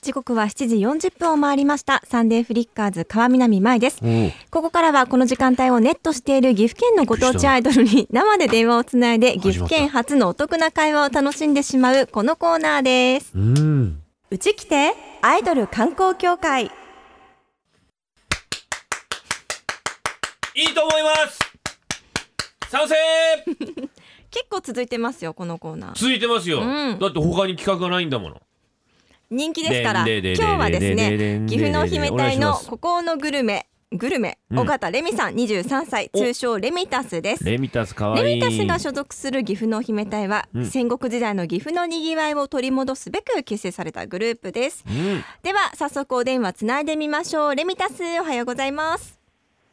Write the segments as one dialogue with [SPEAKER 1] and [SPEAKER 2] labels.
[SPEAKER 1] 時刻は7時40分を回りました。サンデーフリッカーズ川南舞です。ここからはこの時間帯をネットしている岐阜県のご当地アイドルに生で電話をつないで岐阜県初のお得な会話を楽しんでしまうこのコーナーです。
[SPEAKER 2] うん。
[SPEAKER 1] うち来てアイドル観光協会。
[SPEAKER 3] いいと思います賛成
[SPEAKER 1] 結構続いてますよ、このコーナー。
[SPEAKER 3] 続いてますよ、
[SPEAKER 1] うん
[SPEAKER 3] だって他に企画がないんだもの
[SPEAKER 1] 人気ですから、
[SPEAKER 3] でんで
[SPEAKER 1] 今
[SPEAKER 3] ん
[SPEAKER 1] 日はです
[SPEAKER 3] でんでんで
[SPEAKER 1] ね
[SPEAKER 3] ん、でん
[SPEAKER 1] 岐阜の姫隊
[SPEAKER 3] お願
[SPEAKER 1] の
[SPEAKER 3] いします
[SPEAKER 1] 孤高のグルメ、グルメ、
[SPEAKER 3] うん
[SPEAKER 1] 尾形レミさん23歳、
[SPEAKER 3] お
[SPEAKER 1] 通称レミタスです。
[SPEAKER 3] レミタスかわ
[SPEAKER 1] レ
[SPEAKER 3] い
[SPEAKER 1] ミ
[SPEAKER 3] い
[SPEAKER 1] タスが所属する岐阜の姫隊は、
[SPEAKER 3] うん
[SPEAKER 1] 戦国時代の岐阜のにぎわいを取り戻すべく結成されたグループです
[SPEAKER 3] うん、
[SPEAKER 1] では早速お電話つないでみましょうレミタスおはようございます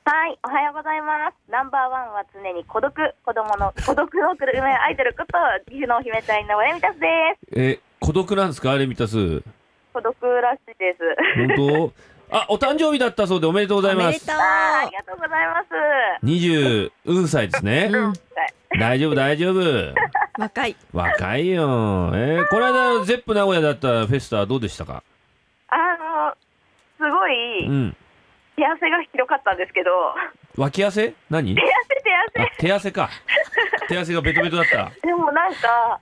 [SPEAKER 4] はい、おはようございます。ナンバーワンは常に孤独、子供の 孤独のグルメアイドルこと、岐阜のお姫ちゃんのレミタスです。
[SPEAKER 3] え孤独なんですかレミタス
[SPEAKER 4] 孤独らしいです。
[SPEAKER 3] 本当あお誕生日だったそうでおめでとうござい
[SPEAKER 1] お
[SPEAKER 3] ま
[SPEAKER 1] めですとう
[SPEAKER 4] あーありがとうございます。
[SPEAKER 3] 二十うん歳ですね
[SPEAKER 1] うん
[SPEAKER 4] はい
[SPEAKER 3] 大丈夫大丈夫
[SPEAKER 1] 若い
[SPEAKER 3] 若いよえー、この間ゼップ名古屋だったフェスタどうでしたか
[SPEAKER 4] あの、すご
[SPEAKER 3] う
[SPEAKER 4] い、
[SPEAKER 3] ん
[SPEAKER 4] 手汗がひどかったんですけど、
[SPEAKER 3] 脇汗何
[SPEAKER 4] 手汗、手
[SPEAKER 3] あ手汗か手汗がベトベトだった
[SPEAKER 4] 汗。でもなんか、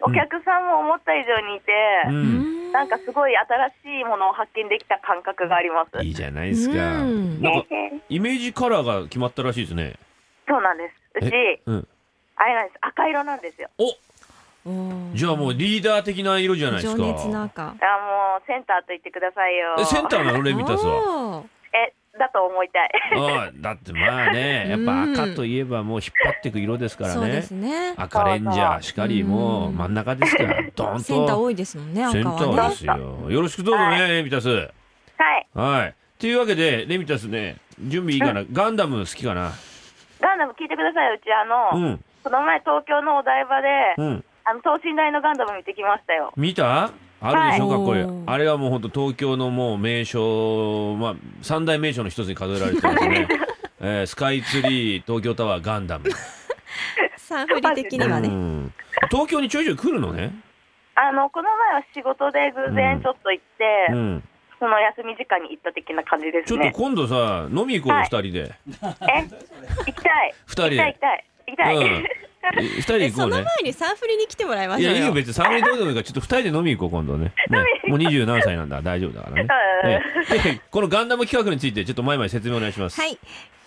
[SPEAKER 4] お客さんも思った以上にいて、
[SPEAKER 3] うん
[SPEAKER 4] なんかすごい新しいものを発見できた感覚があります。
[SPEAKER 3] いいじゃないですか、
[SPEAKER 1] うん
[SPEAKER 3] なんかイメージカラーが決まったらしいですね
[SPEAKER 4] そうなんです。うち、
[SPEAKER 3] うん
[SPEAKER 4] あれなんです。赤色なんですよ。
[SPEAKER 3] お
[SPEAKER 1] おー
[SPEAKER 3] じゃあもうリーダー的な色じゃないです
[SPEAKER 1] 情
[SPEAKER 3] か
[SPEAKER 1] 熱の赤
[SPEAKER 4] あもうセンターと言ってくださいよ
[SPEAKER 3] えセンターなのレミタスは
[SPEAKER 1] おー
[SPEAKER 4] えだと思いたい
[SPEAKER 3] あだってまあねやっぱ赤といえばもう引っ張っていく色ですから
[SPEAKER 1] そうで
[SPEAKER 3] ね
[SPEAKER 1] すね
[SPEAKER 3] 赤レンジャーしかり
[SPEAKER 1] うん
[SPEAKER 3] もう真ん中ですからドーンと
[SPEAKER 1] センター多いですもんね赤
[SPEAKER 3] センタ
[SPEAKER 1] は
[SPEAKER 3] ー
[SPEAKER 1] ね
[SPEAKER 3] ですよよろしくどうぞ
[SPEAKER 4] は
[SPEAKER 3] ねレミタス
[SPEAKER 4] はい
[SPEAKER 3] はいというわけでレミタスね準備いいかなガンダム好きかな
[SPEAKER 4] ガンダム聞いてくださいうちあ
[SPEAKER 3] う
[SPEAKER 4] の、
[SPEAKER 3] ん
[SPEAKER 4] この前東京のお台場で、
[SPEAKER 3] うん
[SPEAKER 4] あの等身大のガンダム見てきましたよ
[SPEAKER 3] 見たあるでしょ
[SPEAKER 1] はい
[SPEAKER 3] かっこいい
[SPEAKER 1] おー
[SPEAKER 3] あれはもう本当東京のもう名所まあ三大名所の一つに数えられてますねえースカイツリー東京タワーガンダム
[SPEAKER 1] サンフリ的には
[SPEAKER 3] う
[SPEAKER 1] ね
[SPEAKER 3] ん東京にちょいちょい来るのね
[SPEAKER 4] あのこの前は仕事で偶然ちょっと行って、
[SPEAKER 3] うん
[SPEAKER 4] その休み時間に行った的な感じで
[SPEAKER 3] ち
[SPEAKER 4] す
[SPEAKER 3] ょっと
[SPEAKER 4] ね
[SPEAKER 3] 今度さ飲み行こうよ
[SPEAKER 4] は
[SPEAKER 3] 二
[SPEAKER 4] い
[SPEAKER 3] 人で
[SPEAKER 4] え行きたい
[SPEAKER 3] 二人
[SPEAKER 4] 行きたい
[SPEAKER 3] で
[SPEAKER 4] 行きたい行きたい、
[SPEAKER 3] うんえ二人で
[SPEAKER 1] え
[SPEAKER 3] 行こ
[SPEAKER 1] そうの前
[SPEAKER 3] ね
[SPEAKER 1] にサンフリに来てもらいま
[SPEAKER 3] い
[SPEAKER 1] しょ
[SPEAKER 3] や
[SPEAKER 1] う
[SPEAKER 3] いいよ
[SPEAKER 1] よ
[SPEAKER 3] 別にサムリどうでもいいからちょっと二人で飲み行こう今度ねねもう二十何歳なんだ大丈夫だからねねでこのガンダム企画についてちょっと前々説明お願いします
[SPEAKER 1] はい。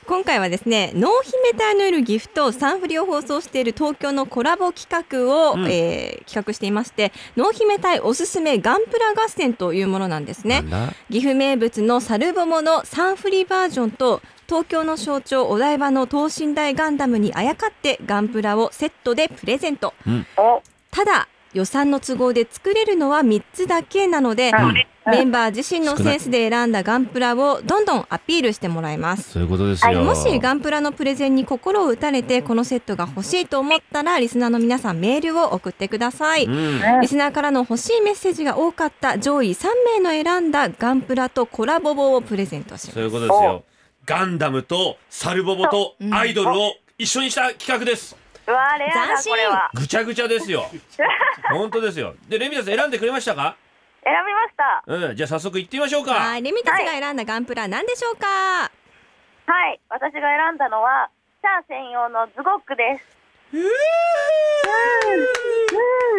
[SPEAKER 1] 今回はですね、濃姫隊のいる岐阜とサンフリを放送している東京のコラボ企画を、
[SPEAKER 3] うん
[SPEAKER 1] えー企画していまして、濃姫隊おすすめガンプラ合戦というものなんです
[SPEAKER 3] な
[SPEAKER 1] ね
[SPEAKER 3] ん。だ
[SPEAKER 1] 岐阜名物のサルボモのサンフリバージョンと、東京の象徴お台場の等身大ガンダムにあやかってガンプラをセットでプレゼント。
[SPEAKER 4] お
[SPEAKER 1] ただ、予算の都合で作れるのは3つだけなので、
[SPEAKER 3] うん
[SPEAKER 1] メンバー自身のセンスで選んだガンプラをどんどんアピールしてもらいます。
[SPEAKER 3] そういうことですよ
[SPEAKER 1] もしガンプラのプレゼンに心を打たれてこのセットが欲しいと思ったらリスナーの皆さんメールを送ってください、
[SPEAKER 3] うん
[SPEAKER 1] リスナーからの欲しいメッセージが多かった上位3名の選んだガンプラとコラボ棒をプレゼントします
[SPEAKER 3] そういうことですよガンダムとサルボボとアイドルを一緒にした企画です
[SPEAKER 4] うわレアだ
[SPEAKER 1] 斬新
[SPEAKER 4] これは
[SPEAKER 3] ぐちゃぐちゃですよ本当ですよでレミナさん選んでくれましたか
[SPEAKER 4] 選びました
[SPEAKER 3] うんじゃあ早速行ってみましょうか
[SPEAKER 1] はいレミたちが選んだガンプラ何でしょうか、
[SPEAKER 4] はい私が選んだのはシャア専用のズゴックで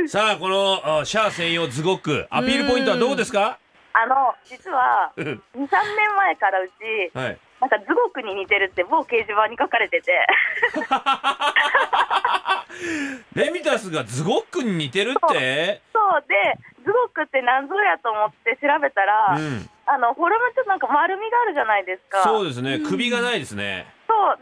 [SPEAKER 4] す
[SPEAKER 3] さあこのあシャア専用ズゴックアピールポイントはどこですか
[SPEAKER 4] あの実は
[SPEAKER 3] う
[SPEAKER 4] 23
[SPEAKER 3] ん
[SPEAKER 4] 年前からうち
[SPEAKER 3] はい
[SPEAKER 4] なんか図獄に似てるって某掲示板に書かれてて
[SPEAKER 3] レミタスがズゴックに似てるって
[SPEAKER 4] そうで図獄って何ぞやと思って調べたら、
[SPEAKER 3] うん
[SPEAKER 4] あのフォルムちょっとなんか丸みがあるじゃないですか
[SPEAKER 3] そう
[SPEAKER 4] そうで
[SPEAKER 3] ですね首がないですね
[SPEAKER 4] ああ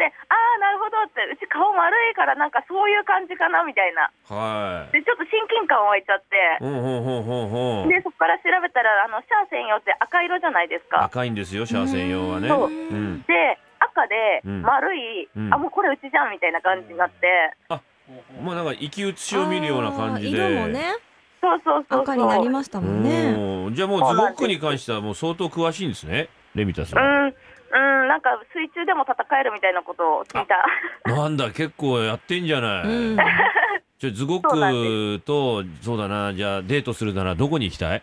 [SPEAKER 4] なるほどってうち顔丸いからなんかそういう感じかなみたいな
[SPEAKER 3] はい
[SPEAKER 4] でちょっと親近感湧いちゃって、
[SPEAKER 3] うんうんうんうんうん
[SPEAKER 4] でそこから調べたらあのシャア専用って赤色じゃないですか
[SPEAKER 3] 赤いんですよシャア専用はねう
[SPEAKER 4] そう
[SPEAKER 3] ん
[SPEAKER 4] で赤で
[SPEAKER 3] うん
[SPEAKER 4] 丸い、
[SPEAKER 3] うん
[SPEAKER 4] あもうこれうちじゃんみたいな感じになって
[SPEAKER 3] まあなんか生き写しを見るような感じで
[SPEAKER 1] あー色もね
[SPEAKER 4] そうそうそうそう
[SPEAKER 1] 赤になりましたもんね
[SPEAKER 3] うんじゃあもうズゴックに関してはもう相当詳しいんですねレミタス
[SPEAKER 4] う
[SPEAKER 3] は
[SPEAKER 4] ん、うん、なんか水中でも戦えるみたいなことを聞いた。
[SPEAKER 3] なんだ結構やってんじゃない、
[SPEAKER 1] うん
[SPEAKER 3] じゃあズゴ
[SPEAKER 4] そうなん
[SPEAKER 3] ックとそうだなじゃあデートするならどこに行きたい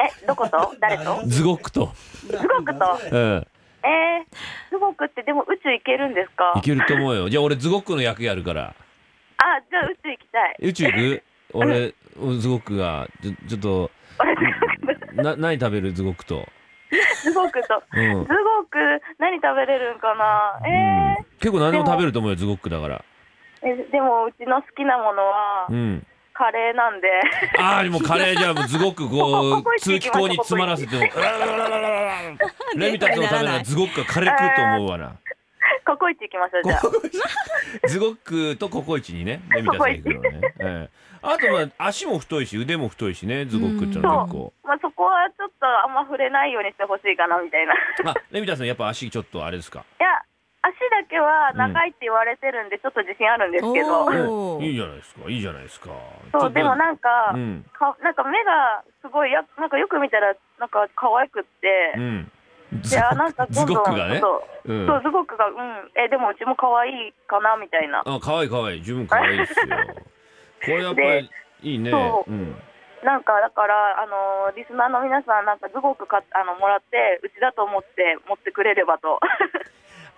[SPEAKER 4] ええ、どこと誰と
[SPEAKER 3] ズゴックと。
[SPEAKER 4] すごくと。
[SPEAKER 3] うん。
[SPEAKER 4] えー、すごくってでも宇宙行けるんですか
[SPEAKER 3] いけると思うよ。じゃあ俺ズゴックの役やるから。
[SPEAKER 4] あ、じゃあ宇宙行きたい。
[SPEAKER 3] 宇宙行く俺、ズゴックが、ちょちょっ と、
[SPEAKER 4] 俺、
[SPEAKER 3] な、何食べるズゴックと。
[SPEAKER 4] すごくと。
[SPEAKER 3] うん。うん
[SPEAKER 4] すごく何食べれるんかなえ
[SPEAKER 3] 結構何でも食べると思うよ、ズゴックだから。
[SPEAKER 4] ー、えでもうちの好きなものは
[SPEAKER 3] うん。
[SPEAKER 4] カレーなんで、
[SPEAKER 3] ああ、もうカレーじゃあもうズゴックこ
[SPEAKER 4] ここ
[SPEAKER 3] う、
[SPEAKER 4] 行って
[SPEAKER 3] 通
[SPEAKER 4] いき
[SPEAKER 3] 気
[SPEAKER 4] ましょ
[SPEAKER 3] 口
[SPEAKER 4] う
[SPEAKER 3] に詰まらせても、レミタツのためならズゴックはカレー食うと思うわな。
[SPEAKER 4] ココイチ行きましょう、じゃあ。
[SPEAKER 3] ズゴックとココイチにね、レミタツが行くのね。ええあとまあ、足も太いし、腕も太いしね、ズゴックってのは結構。
[SPEAKER 4] まあ、そこはちょっとあんま触れないようにしてほしいかなみたいな。い
[SPEAKER 3] あ、レミタツのやっぱ足ちょっとあれですか。
[SPEAKER 4] や、足だけは長いって言われてるんで、ちょっと自信あるんですけど
[SPEAKER 1] お、ー
[SPEAKER 3] うんいいじゃないですか、いいじゃないですか。ちょ
[SPEAKER 4] そ
[SPEAKER 3] っ
[SPEAKER 4] う、
[SPEAKER 3] と
[SPEAKER 4] でもなんか、
[SPEAKER 3] うん。
[SPEAKER 4] かなんか目がすごいや、なんかよく見たら、なんか可愛くって
[SPEAKER 3] う、ん。
[SPEAKER 4] いや、なんかどんどん、
[SPEAKER 3] ズゴックがね
[SPEAKER 4] そうう、
[SPEAKER 3] ん
[SPEAKER 4] そ。う、すごくが、うん、え、でもうちも可愛いかなみたいな。
[SPEAKER 3] あ、可愛い可愛い、十分可愛いですよ。これやっぱりいいね。。
[SPEAKER 4] そう
[SPEAKER 3] ん。
[SPEAKER 4] なんか、だから、あのーリスナーの皆さん、なんか、ズゴックか、あの、もらって、うちだと思って、持ってくれればと。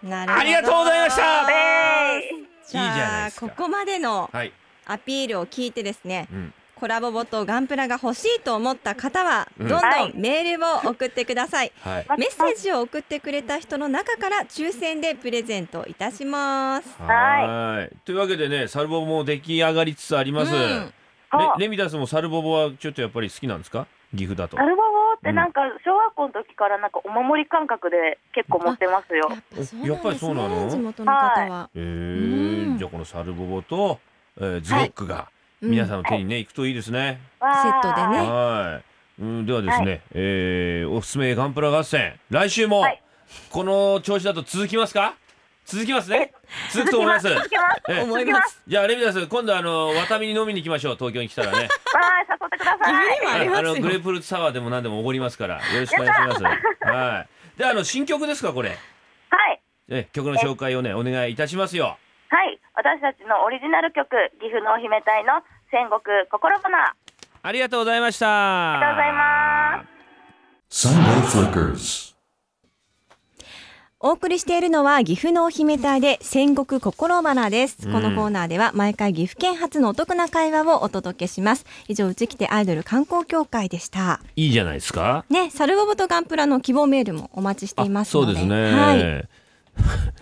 [SPEAKER 1] なるほど
[SPEAKER 3] ありがとうございました。
[SPEAKER 4] えい
[SPEAKER 1] じ
[SPEAKER 3] いいじゃない
[SPEAKER 1] ゃ
[SPEAKER 3] で
[SPEAKER 1] あ
[SPEAKER 3] すか
[SPEAKER 1] ここまでの
[SPEAKER 3] はい。
[SPEAKER 1] アピールを聞いてですね
[SPEAKER 3] うん。
[SPEAKER 1] コラボボとガンプラが欲しいと思った方は
[SPEAKER 3] う
[SPEAKER 1] ど
[SPEAKER 3] ん
[SPEAKER 1] んどん
[SPEAKER 4] はい
[SPEAKER 1] メールを送ってください、
[SPEAKER 3] はい。
[SPEAKER 4] ま
[SPEAKER 1] メッセージを送ってくれた人の中から抽選でプレゼントいたします
[SPEAKER 4] はい
[SPEAKER 3] はーい。というわけでね、サルボボも出来上がりつつあります。
[SPEAKER 1] うん
[SPEAKER 3] レ
[SPEAKER 4] そう
[SPEAKER 3] レミダスもサルボボはちょっとやっぱり好きなんですか？岐阜だと
[SPEAKER 4] ア。ルバムってなんか小学校の時からなんかお守り感覚で結構持ってますよ。
[SPEAKER 3] やっぱりそうなの
[SPEAKER 1] 地元の方は、
[SPEAKER 3] ええ
[SPEAKER 1] う
[SPEAKER 3] ー、
[SPEAKER 1] ん
[SPEAKER 3] じゃあこのサルボボと、えー、ズロックが皆さんの手にね、行くといいですね。
[SPEAKER 1] セットでねはい
[SPEAKER 3] はい。うん、ではですね、えーおすすめガンプラ合戦、来週も、
[SPEAKER 4] はい
[SPEAKER 3] この調子だと続きますか続きますね。続くと思います。
[SPEAKER 4] 続きます。
[SPEAKER 3] ええ
[SPEAKER 1] 思います
[SPEAKER 3] じゃあ、レミダス、今度あの、ワタミに飲みに行きましょう、東京に来たらね。
[SPEAKER 4] はい、誘ってください。
[SPEAKER 1] 自分にもありますよ
[SPEAKER 3] の、グレープフルーツサワーでも何でもおごりますから、よろしくお願いします。はい。で、あの、新曲ですか、これ。
[SPEAKER 4] はい。
[SPEAKER 3] え、曲の紹介をね、お願いいたしますよ。
[SPEAKER 4] はい。私たちのオリジナル曲、岐阜のお姫隊の戦国心花。
[SPEAKER 3] ありがとうございました。
[SPEAKER 4] ありがとうございます。
[SPEAKER 2] Sunday Flickers.
[SPEAKER 1] お送りしているのは岐阜のお姫隊で戦国心花です、
[SPEAKER 3] うん
[SPEAKER 1] このコーナーでは毎回岐阜県発のお得な会話をお届けします以上うちきてアイドル観光協会でした
[SPEAKER 3] いいじゃないですか。
[SPEAKER 1] ね、サルボボとガンプラの希望メールもお待ちしていますので
[SPEAKER 3] あそうですね。
[SPEAKER 1] はい、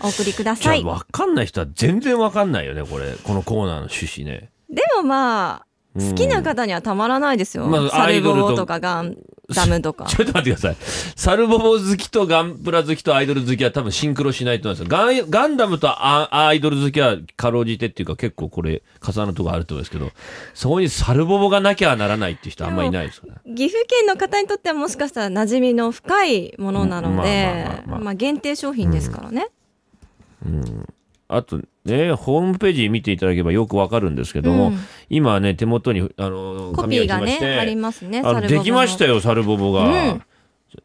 [SPEAKER 1] お送りくだ
[SPEAKER 3] じゃ
[SPEAKER 1] さ
[SPEAKER 3] あ
[SPEAKER 1] い
[SPEAKER 3] 分かんない人は全然分かんないよねこれこのコーナーの趣旨ね
[SPEAKER 1] でもまあ
[SPEAKER 3] うん
[SPEAKER 1] 好きな方にはたまらないですよ、
[SPEAKER 3] ま
[SPEAKER 1] サ
[SPEAKER 3] あ
[SPEAKER 1] ルボ
[SPEAKER 3] アイドル
[SPEAKER 1] ボ
[SPEAKER 3] と
[SPEAKER 1] とかガンダム とか
[SPEAKER 3] ちょっと待ってくださいサルボボ好きとガンプラ好きとアイドル好きは多分シンクロしないと思うんですよガンガンダムとアアイドル好きはかろうじてっていうか結構これ重なるとこあると思うんですけどそこにサルボボがなきゃならないっていう人あんまいないですよね
[SPEAKER 1] 岐阜県の方にとってはもしかしたら馴染みの深いものなので
[SPEAKER 3] まあまあまあまあ
[SPEAKER 1] まあ限定商品ですからね、
[SPEAKER 3] あとねホームページ見ていただければよくわかるんですけども、
[SPEAKER 1] うん
[SPEAKER 3] 今ね手元にあの
[SPEAKER 1] コ
[SPEAKER 3] 紙
[SPEAKER 1] ピー
[SPEAKER 3] が来
[SPEAKER 1] が
[SPEAKER 3] まし
[SPEAKER 1] ね
[SPEAKER 3] て
[SPEAKER 1] ありますね
[SPEAKER 3] あ
[SPEAKER 1] サ
[SPEAKER 3] の
[SPEAKER 1] ルボボ
[SPEAKER 3] できました
[SPEAKER 1] よ
[SPEAKER 3] よサルボボが、
[SPEAKER 1] うん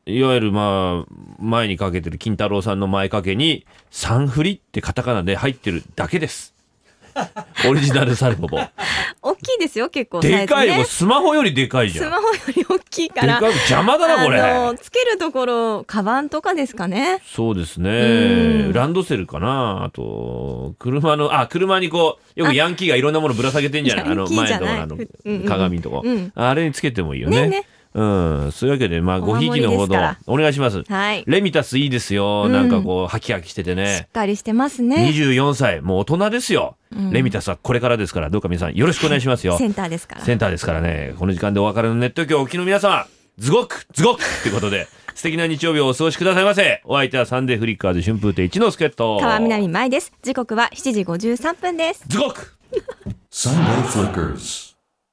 [SPEAKER 3] いわゆるまあ前にかけてる金太郎さんの前掛けに「サンフリ」ってカタカナで入ってるだけです オリジナルサルボボ
[SPEAKER 1] 大きいですよ結構サイズ
[SPEAKER 3] で
[SPEAKER 1] ね
[SPEAKER 3] かいよスマホよりでかいじ
[SPEAKER 1] ス
[SPEAKER 3] ゃん
[SPEAKER 1] マホより大きいか
[SPEAKER 3] でかい
[SPEAKER 1] ら
[SPEAKER 3] 邪魔だなこ
[SPEAKER 1] あ
[SPEAKER 3] れ
[SPEAKER 1] のつけるところカバンとかですかね
[SPEAKER 3] そうです
[SPEAKER 1] う
[SPEAKER 3] ね
[SPEAKER 1] ん
[SPEAKER 3] ランドセルかなあと車のあ車にこうよくヤンキーがいろんなものぶら下げてんじゃない
[SPEAKER 1] あ
[SPEAKER 3] あの
[SPEAKER 1] ヤンキー
[SPEAKER 3] 前
[SPEAKER 1] じ
[SPEAKER 3] の
[SPEAKER 1] ゃない
[SPEAKER 3] あの
[SPEAKER 1] うんうん
[SPEAKER 3] 鏡のとこ、
[SPEAKER 1] うん
[SPEAKER 3] あれにつけてもいいよ
[SPEAKER 1] ね
[SPEAKER 3] ね
[SPEAKER 1] ね
[SPEAKER 3] うんそういうわけでまあごひいきの
[SPEAKER 1] お守り
[SPEAKER 3] ほど
[SPEAKER 1] ですから
[SPEAKER 3] お願いします
[SPEAKER 1] はい
[SPEAKER 3] レミタスいいですよ、
[SPEAKER 1] うん
[SPEAKER 3] なんかこうハキハキしてて
[SPEAKER 1] し
[SPEAKER 3] ね
[SPEAKER 1] っかりしてますね
[SPEAKER 3] 24歳もう大人です
[SPEAKER 1] う
[SPEAKER 3] よ、
[SPEAKER 1] ん
[SPEAKER 3] レミタスはこれからですからどうか皆さんよろしくお願いしますよ
[SPEAKER 1] センターですから
[SPEAKER 3] センターですからねこの時間でお別れのネット局をお聞きの皆様ズゴックズゴックってことで 素敵な日曜日をお過ごしくださいませお相手はサンデーフリッカーズ春風亭一之輔と
[SPEAKER 1] 川南舞です時刻は7時53分です
[SPEAKER 3] ズゴック
[SPEAKER 2] Sunday Flickers.